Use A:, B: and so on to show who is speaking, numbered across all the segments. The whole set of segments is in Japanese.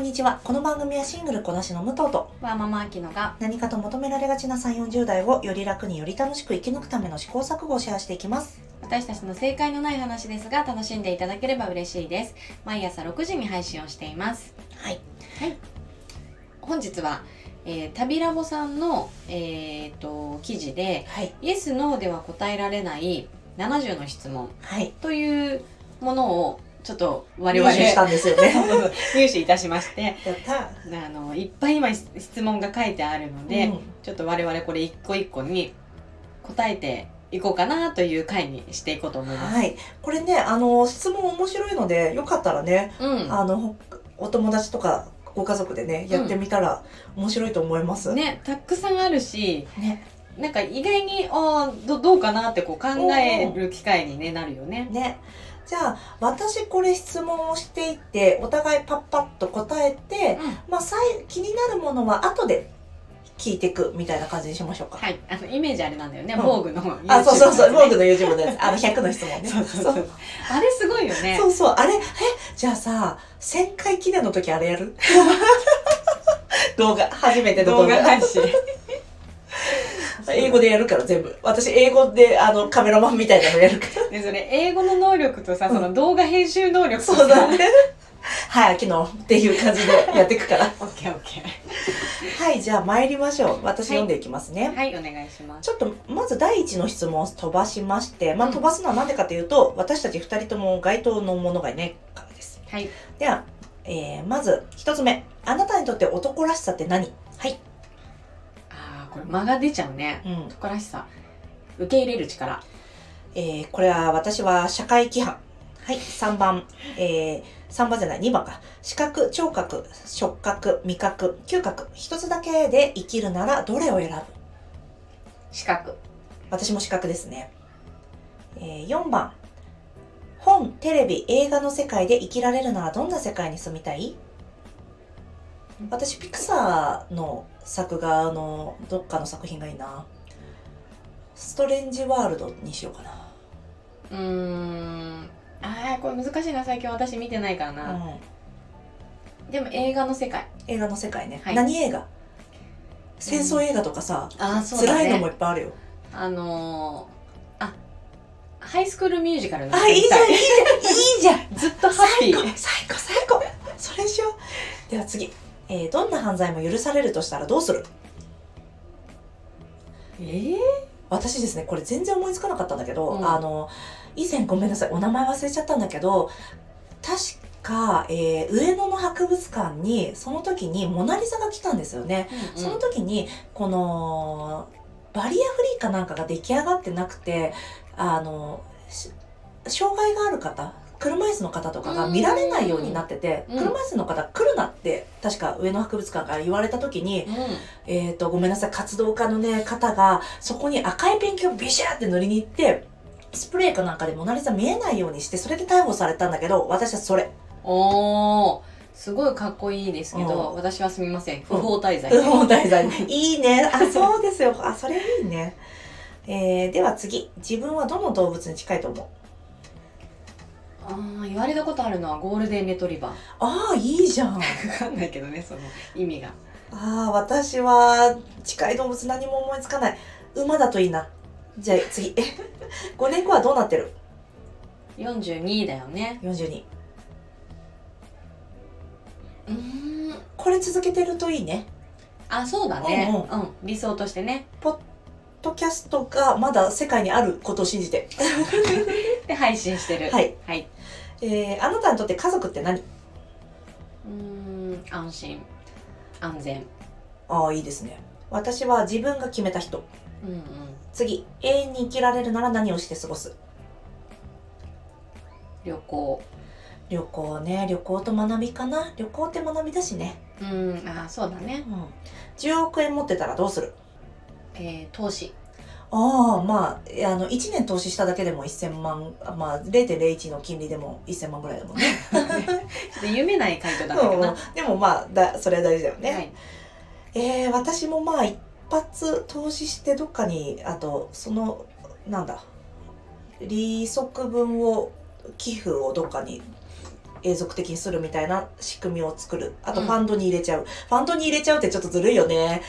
A: にちはこの番組はシングルこなしの武藤と
B: わーママアキノが
A: 何かと求められがちな3 4 0代をより楽により楽しく生き抜くための試行錯誤をシェアしていきます
B: 私たちの正解のない話ですが楽しんでいただければ嬉しいです毎朝6時に配信をしています
A: はい
B: 本日は、えー、旅ラボさんの、えー、と記事で
A: はい
B: イエス・ノーでは答えられない70の質問
A: はい
B: というものをちょっと我々
A: 入手したんですよ ね
B: 入手いたしまして
A: やった
B: あのいっぱい今質問が書いてあるので、
A: うん
B: ちょっと我々これ一個一個に答えていこうかなという回にしていこうと思います。
A: はいこれねあの質問面白いのでよかったらね、
B: う
A: あのお友達とかご家族でねやってみたら面白いと思います、
B: ん、ねたくさんあるし
A: ね
B: なんか意外にあーどどうかなってこう考える機会に、ね、なるよね。
A: ねじゃあ私これ質問をしていってお互いパッパッと答えて、まあ、さい気になるものは後で聞いていくみたいな感じにしましょうか。
B: はい、あのイメージあれなんだよね、
A: うん
B: 防具の
A: あ、そうそうそう、
B: YouTube
A: 僕
B: の
A: の YouTube のやつ。あの、100の質問ね。
B: やつねそうそ
A: そ
B: うそううあれすごいよね
A: そうそうあれ、え、じゃあさ、1000回記念の時あれや る動画、初めての動
B: 動画
A: 画。
B: 配信
A: 英語でやるから全部。私、英語で、あの、カメラマンみたいなのやるから。
B: でそれ英語の能力とさその動画編集能力とさ、
A: そう だね。はい、昨日っていう感じでやっていくから。
B: オッケーオッケ
A: はい、じゃあ参りましょう。私
B: はい
A: 読んでいきますね。
B: ーはいお願いします
A: ちょっとまず第一の質問を飛ばしまして、まあ、
B: うん
A: 飛ばすのは何でかというと、私たち2人とも該当のものがいないからです
B: はい
A: では、えーまず1つ目あなたにとって男らしさって何はい、
B: あーこれ間が出ちゃうね
A: うん
B: 男らしさ受け入れる力
A: えーこれは私は社会規範はい3番、え3番じゃない2番か視覚聴覚触覚味覚嗅覚1つだけで生きるならどれを選ぶ
B: 資格
A: 私も視覚ですね、えー4番本テレビ映画の世界で生きられるならどんな世界に住みたい私ピクサーの作画のどっかの作品がいいなストレンジワールドにしようかな、
B: うーんあーこれ難しいな最近私見てないからな、
A: うん、
B: でも映画の世界
A: 映画の世界ね、
B: はい
A: 何映画戦争映画とかさ、
B: ああ
A: 辛いのもいっぱいあるよ
B: あのー、あハイスクールミュージカルの
A: あいいじゃんいいじ ゃんいいじゃん
B: ずっとハッピ
A: 最高
B: ー
A: 最高最高それにしようでは次、えーどんな犯罪も許されるとしたらどうする
B: えー、
A: 私ですねこれ全然思いつかなかったんだけど、
B: うん
A: あの以前ごめんなさいお名前忘れちゃったんだけど確か、えー上野の博物館にその時に「モナ・リザ」が来たんですよね。その時にこのバリアフリーかなんかが出来上がってなくてあのし障害がある方車椅子の方とかが見られないようになってて、
B: うん
A: 車椅子の方来るなって確か上野博物館から言われた時に、
B: うん、うん
A: えー、とごめんなさい活動家の、ね、方がそこに赤いペンキをビシャーって塗りに行ってスプレーかなんかでモナ・リザ見えないようにしてそれで逮捕されたんだけど私はそれ
B: おーすごいかっこいいですけど、私はすみません不法滞在、
A: もう題材いいね。あ、そうですよ。あ、それいいね。えー、では次。自分はどの動物に近いと思う
B: ああ言われたことあるのはゴールデンレトリバー
A: ああ、いいじゃん。あ
B: 分かんないけどねその意味が
A: あ、私は近い動物何も思いつかない。馬だといいな。じゃあ次。5年後はどうなってる
B: 42だよね
A: ?42。
B: うーん
A: これ続けてるといいね。
B: あそうだね
A: う
B: うんん、理想としてね
A: ポッドキャストがまだ世界にあることを信じて。
B: で配信してる
A: はい、
B: はい、
A: えー、あなたにとって家族って何
B: うーん安心安全
A: ああ、いいですね。私は自分が決めた人。
B: うんうん
A: 次。永遠に生きられるなら何をして過ごす
B: 旅行
A: 旅行ね旅行と学びかな旅行って学びだしね、
B: うんあそうだね
A: うん、10億円持ってたらどうする
B: えー、投資
A: ああまあえあの1年投資しただけでも1000万あまあ0.01の金利でも1000万ぐらいだもん ね
B: で夢ない回答だったけどな、
A: うんでもまあだそれは大事だよね、
B: はい、
A: えー私もまあ一発投資してどっかにあとそのなんだ利息分を寄付をどっかに永続的にするみたいな仕組みを作る。あと
B: うん
A: ファンドに入れちゃう。ファンドに入れちゃうってちょっとずるいよ ね。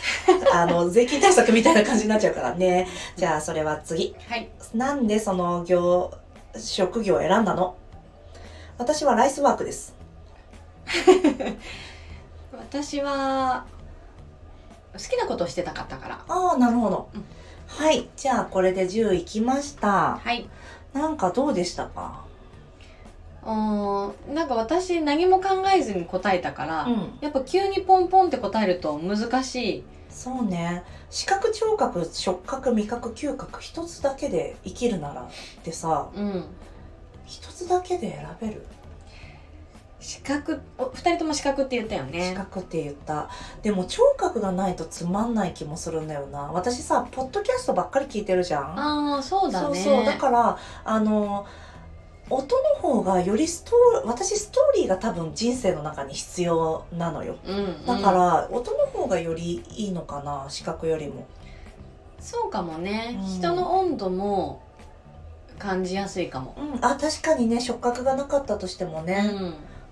A: あの、税金対策みたいな感じになっちゃうからね。じゃあそれは次。
B: はい
A: なんでその業、職業を選んだの私はライスワークです。
B: 私は好きなことをしてたかったから
A: ああ、なるほど
B: うん。
A: はい。じゃあこれで10いきました。
B: はい
A: なんかどうでしたか
B: うーんなんか私何も考えずに答えたから、
A: ん。
B: やっぱ急にポンポンって答えると難しい
A: そうね視覚聴覚触覚味覚嗅覚一つだけで生きるならってさ
B: うん
A: 一つだけで選べる、
B: 資格お二人とも資格って言ったよ
A: 視
B: ね
A: 覚って言ったでも聴覚がないとつまんない気もするんだよな私さポッドキャストばっかり聞いてるじゃん
B: ああそうだね
A: そうそうだからあの音の方がよりストー私ストーリーが多分人生の中に必要なのよ
B: うんうん
A: だから、音の方がよりいいのかな視覚よりも
B: そうかもね、
A: うん
B: 人の温度も感じやすいかも、
A: うんあ確かにね触覚がなかったとしてもね、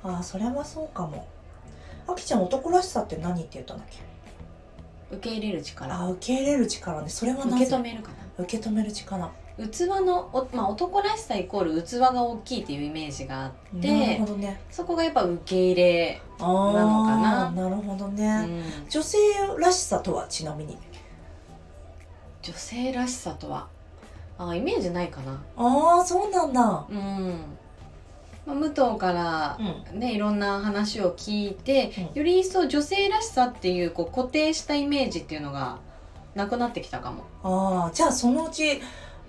B: うん
A: ああそれはそうかもあきちゃん男らしさって何って言ったんだっけ
B: 受け入れる力
A: ああ受け入れる力ねそれはな
B: 受
A: ぜ
B: け止めるかな
A: 受け止める力
B: 器のお、まあ、男らしさイコール器が大きいっていうイメージがあって
A: なるほどね
B: そこがやっぱ受け入れ、
A: ああ
B: なのかな
A: なるほど
B: う
A: ね、
B: ん、
A: 女性らしさとはちなみに
B: 女性らしさとはあイメージないかな
A: ああそうなんだ
B: うん、まあ、武藤から
A: うん
B: ねいろんな話を聞いて、
A: うん
B: より一層女性らしさっていうこう固定したイメージっていうのがなくなってきたかも
A: ああじゃあそのうち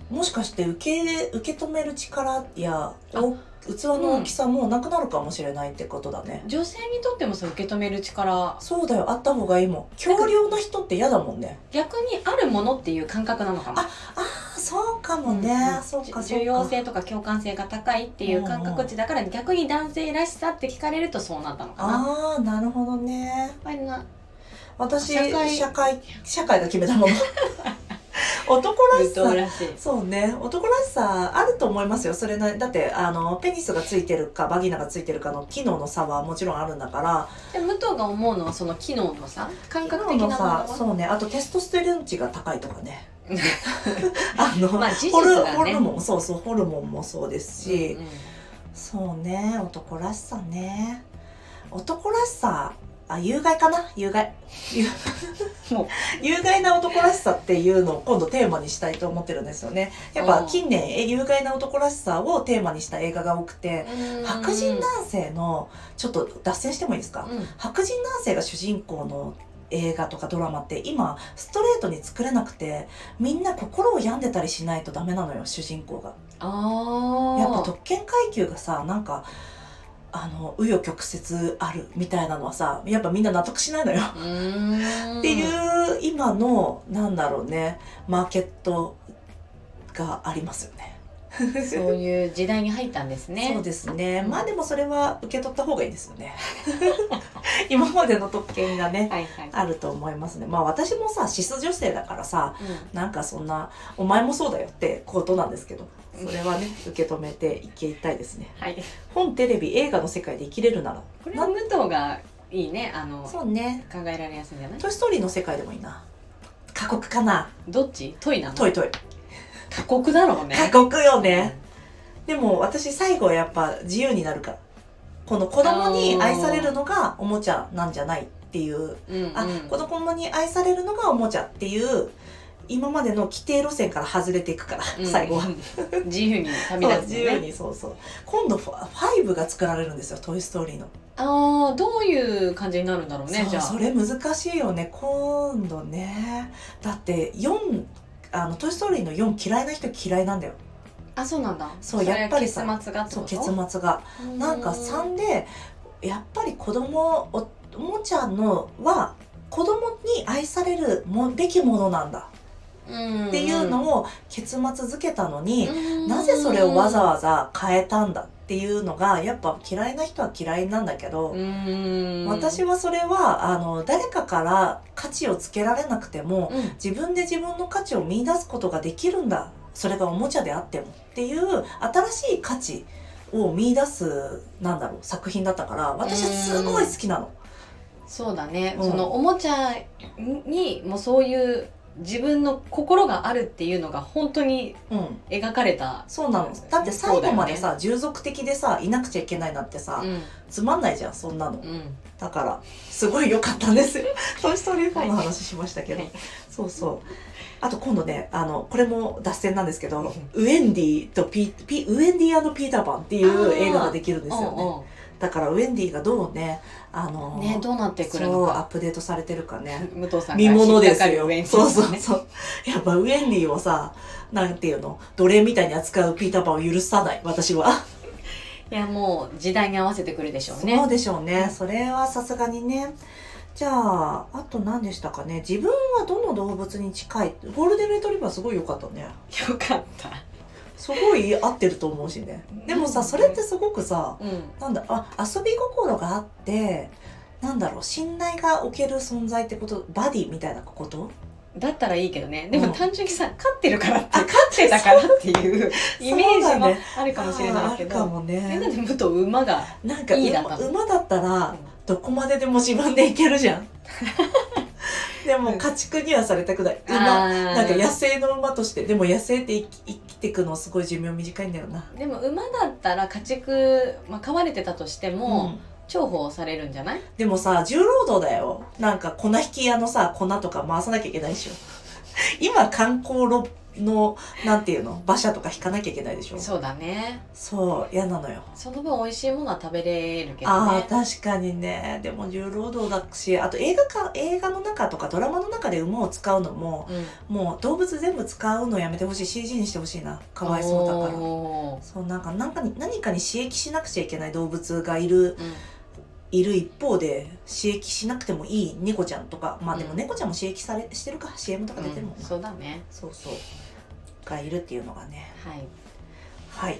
A: もしかして受け入れ受け止める力やお器の大きさもなくなるかもしれないってことだね、
B: 女性にとってもさ受け止める力
A: そうだよあった方がいいもん強量な人って嫌だもんね
B: 逆にあるものっていう感覚なのかも
A: ああそうかもね、
B: うん
A: そうかそう
B: 重
A: か
B: 要性とか共感性が高いっていう感覚値だから逆に男性らしさって聞かれるとそうなったのかなやっ
A: ああなるほどね
B: ぱりな
A: 私
B: 社
A: 社
B: 会
A: 会社会が決めたも の男らし
B: 武藤
A: さ
B: らしい
A: そうね男らしさあると思いますよそれなりだってあのペニスがついてるかバギナがついてるかの機能の差はもちろんあるんだから
B: で武藤が思うのはその機能のさ感覚的
A: 機能の
B: なもの
A: 差
B: は
A: そうねあとテストステロン値が高いとか ねあの、
B: まあ事実
A: ホル
B: だ
A: ホル
B: ね
A: モンそうそうホルモンもそうですし、
B: うん
A: そうね男らしさね男らしさあ有害かな有害 有
B: もう
A: 有害な男らしさっていうのを今度テーマにしたいと思ってるんですよねやっ
B: う
A: ぱ
B: ん
A: 近年え有害な男らしさをテーマにした映画が多くて
B: うん
A: 白人男性のちょっと脱線してもいいですか
B: うん
A: 白人男性が主人公の映画とかドラマって今ストレートに作れなくてみんな心を病んでたりしないとダメなのよ主人公が。
B: ああ
A: やっぱ特権階級がさなんかあの紆余曲折あるみたいなのはさやっぱみんな納得しないのよ。
B: うーん
A: っていう今のなんだろうねマーケットがありますよね。
B: そういう時代に入ったんですね
A: そうですね
B: うん
A: まあでもそれは受け取った方がいいですよね。 今までの特権がね
B: はいはい
A: あると思いますね。まあ私もさシス女性だからさ
B: うん
A: なんかそんなお前もそうだよってことなんですけどそれはね受け止めていきたいですね。
B: はい
A: 本テレビ映画の世界で生きれるなら
B: これは武藤がいいねあの考
A: そうね
B: えられやすいんじゃない
A: トイ・ストーリーの世界でもいいな過酷かな
B: どっちトイなの
A: トイトイ
B: 過酷だろうね
A: 過酷よねでも私最後はやっぱ自由になるからこの子供に愛されるのがおもちゃなんじゃないっていう
B: うんうん
A: あ、子供に愛されるのがおもちゃっていう今までの規定路線から外れていくから、
B: うん
A: 最後は。
B: 自由に旅
A: そう
B: 立つ
A: 自
B: の
A: 由
B: ね
A: にそうそう今度ファ5が作られるんですよ「トイ・ストーリーの」
B: ああどういう感じになるんだろうね
A: そう
B: じゃあ
A: それ難しいよね今度ねだって4あの「トイ・ストーリー」の4嫌いな人嫌いなんだよ
B: あそうなんだ
A: そう
B: れは
A: やっぱりさ
B: 結末がって
A: そう
B: こと
A: 結末が
B: う
A: なんか3でやっぱり子供おおもちゃのは子供に愛されるもべきものなんだ
B: うん
A: っていうのを結末付けたのに、
B: うん
A: なぜそれをわざわざ変えたんだっていうのがやっぱ嫌いな人は嫌いなんだけど、
B: うん
A: 私はそれはあの誰かから価値をつけられなくても
B: うん
A: 自分で自分の価値を見出すことができるんだそれがおもちゃであってもっていう新しい価値を見出すなんだろう作品だったから私はすごい好きなの。
B: そうだね、
A: うん
B: そのおもちゃにもそういう自分の心があるっていうのが本当に
A: うん、
B: 描かれた、
A: そうなのだって最後までさ、従属的でさいなくちゃいけないなんてさ、
B: うん
A: つまんないじゃんそんなの
B: うん、
A: だからすごい良かったん ですよトイ・ストーリー4の話しましたけど、
B: はい
A: そうそうあと今度ねあのこれも脱線なんですけどウエンディとピピウエンディピーターパンっていう映画ができるんですよね
B: おう
A: だからウエンディがどうねあ
B: おう
A: の
B: ねどうなってくる
A: そ
B: の
A: うア
B: か
A: ップデートされてるかね
B: 武藤さんが
A: 見物です
B: 引っかか
A: よ
B: る上に
A: そうそう
B: ね
A: そうやっぱウエンディをさなんていうの奴隷みたいに扱うピーターパンを許さない私は。
B: いやもう時代に合わせてくるでしょう
A: そう
B: ね
A: でしょうね、
B: うん
A: それはさすがにねじゃああと何でしたかね自分はどの動物に近いゴールデンレトリバーすごい良かったね
B: よかった
A: すごい合ってると思うしねでもさそれってすごくさ
B: うん
A: なんだあ遊び心があってなんだろう信頼が置ける存在ってことバディみたいなこと
B: だったらいいけどねでも
A: うん
B: 単純にさ勝ってるからって
A: あ
B: 勝ってたからっていうイメージもあるかもしれないけ
A: ああるか
B: ど
A: も
B: みんな
A: ね
B: で武藤馬が
A: なんか
B: いいな多分
A: 馬だったらどこまででも自分でいけるじゃ んでも家畜にはされたくない馬な
B: なん
A: か野生の馬としてでも野生って生き生きていくのすごい寿命短いんだよな
B: でも馬だったら家畜、まあ、飼われてたとしても、重宝されるんじゃない
A: でもさ重労働だよなんか粉引き屋のさ粉とか回さなきゃいけないでしょ 今観光路のなんていうの馬車とか引かなきゃいけないでしょ
B: そうだね
A: そう嫌なのよ
B: その分美味しいものは食べれるけど
A: あ
B: ね
A: あ確かにねでも重労働だしあと映画か映画の中とかドラマの中で馬を使うのも
B: うん、
A: もう動物全部使うのやめてほしい CG にしてほしいなかわいそうだから
B: おー
A: そうなんかなんかに何かに刺激しなくちゃいけない動物がいる
B: うん
A: いる一方で刺激しなくてもいい猫ちゃんとかまあでも
B: うん
A: 猫ちゃんも刺激されしてるか CM とか出てるもん
B: うん
A: な、
B: そうだね
A: そうそうがいるっていうのがね
B: はい
A: はい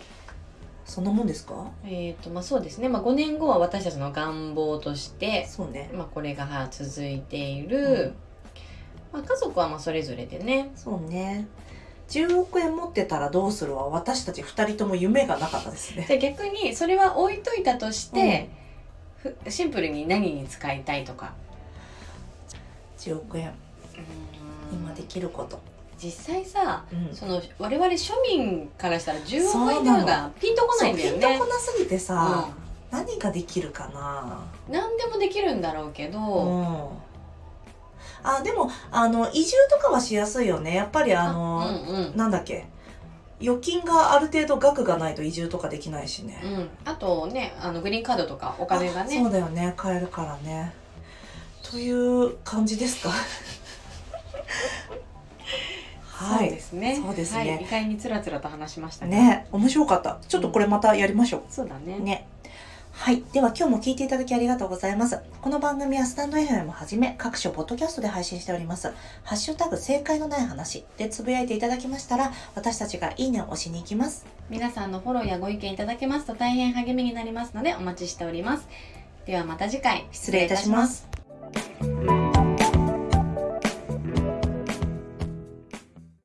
A: そんなもんですか
B: えっ、とまあそうですね、まあ、5年後は私たちの願望として、
A: そうね
B: まあ、これがは続いていうる
A: ん、
B: まあ、家族はまあそれぞれでね
A: そうね10億円持ってたらどうするは私たち2人とも夢がなかったですね
B: じゃあ逆にそれは置いといたとして、ふシンプルに何に使いたいとか
A: 10億円今できること、
B: 実際さ
A: うん
B: その我々庶民からしたら10
A: そう
B: 億
A: なの
B: 円なんかピンとこな
A: そ
B: い
A: うんピ
B: だよ
A: ンと
B: ね
A: こなすぎてさ、何ができるかな
B: 何でもできるんだろうけど、
A: うんあでもあの移住とかはしやすいよねやっぱりあ
B: う
A: の
B: んうん
A: なんだっけ預金がある程度額がないと移住とかできないしね、
B: うん、あとねあのグリーンカードとかお金が
A: あそ
B: ね
A: うだよね買えるからねという感じ ですかは
B: そう
A: い
B: ですね
A: そうですね
B: はい、意外につらつらと話しましたね
A: ね面白かったちょっとこれまたやりましょう、
B: そうだね
A: ね。はい。では今日も聞いていただきありがとうございます。この番組はスタンド FM をはじめ各種ポッドキャストで配信しております。ハッシュタグ正解のない話でつぶやいていただきましたら私たちがいいねを押しに行きます。
B: 皆さんのフォローやご意見いただけますと大変励みになりますのでお待ちしておりますではまた次回
A: 失礼いたします。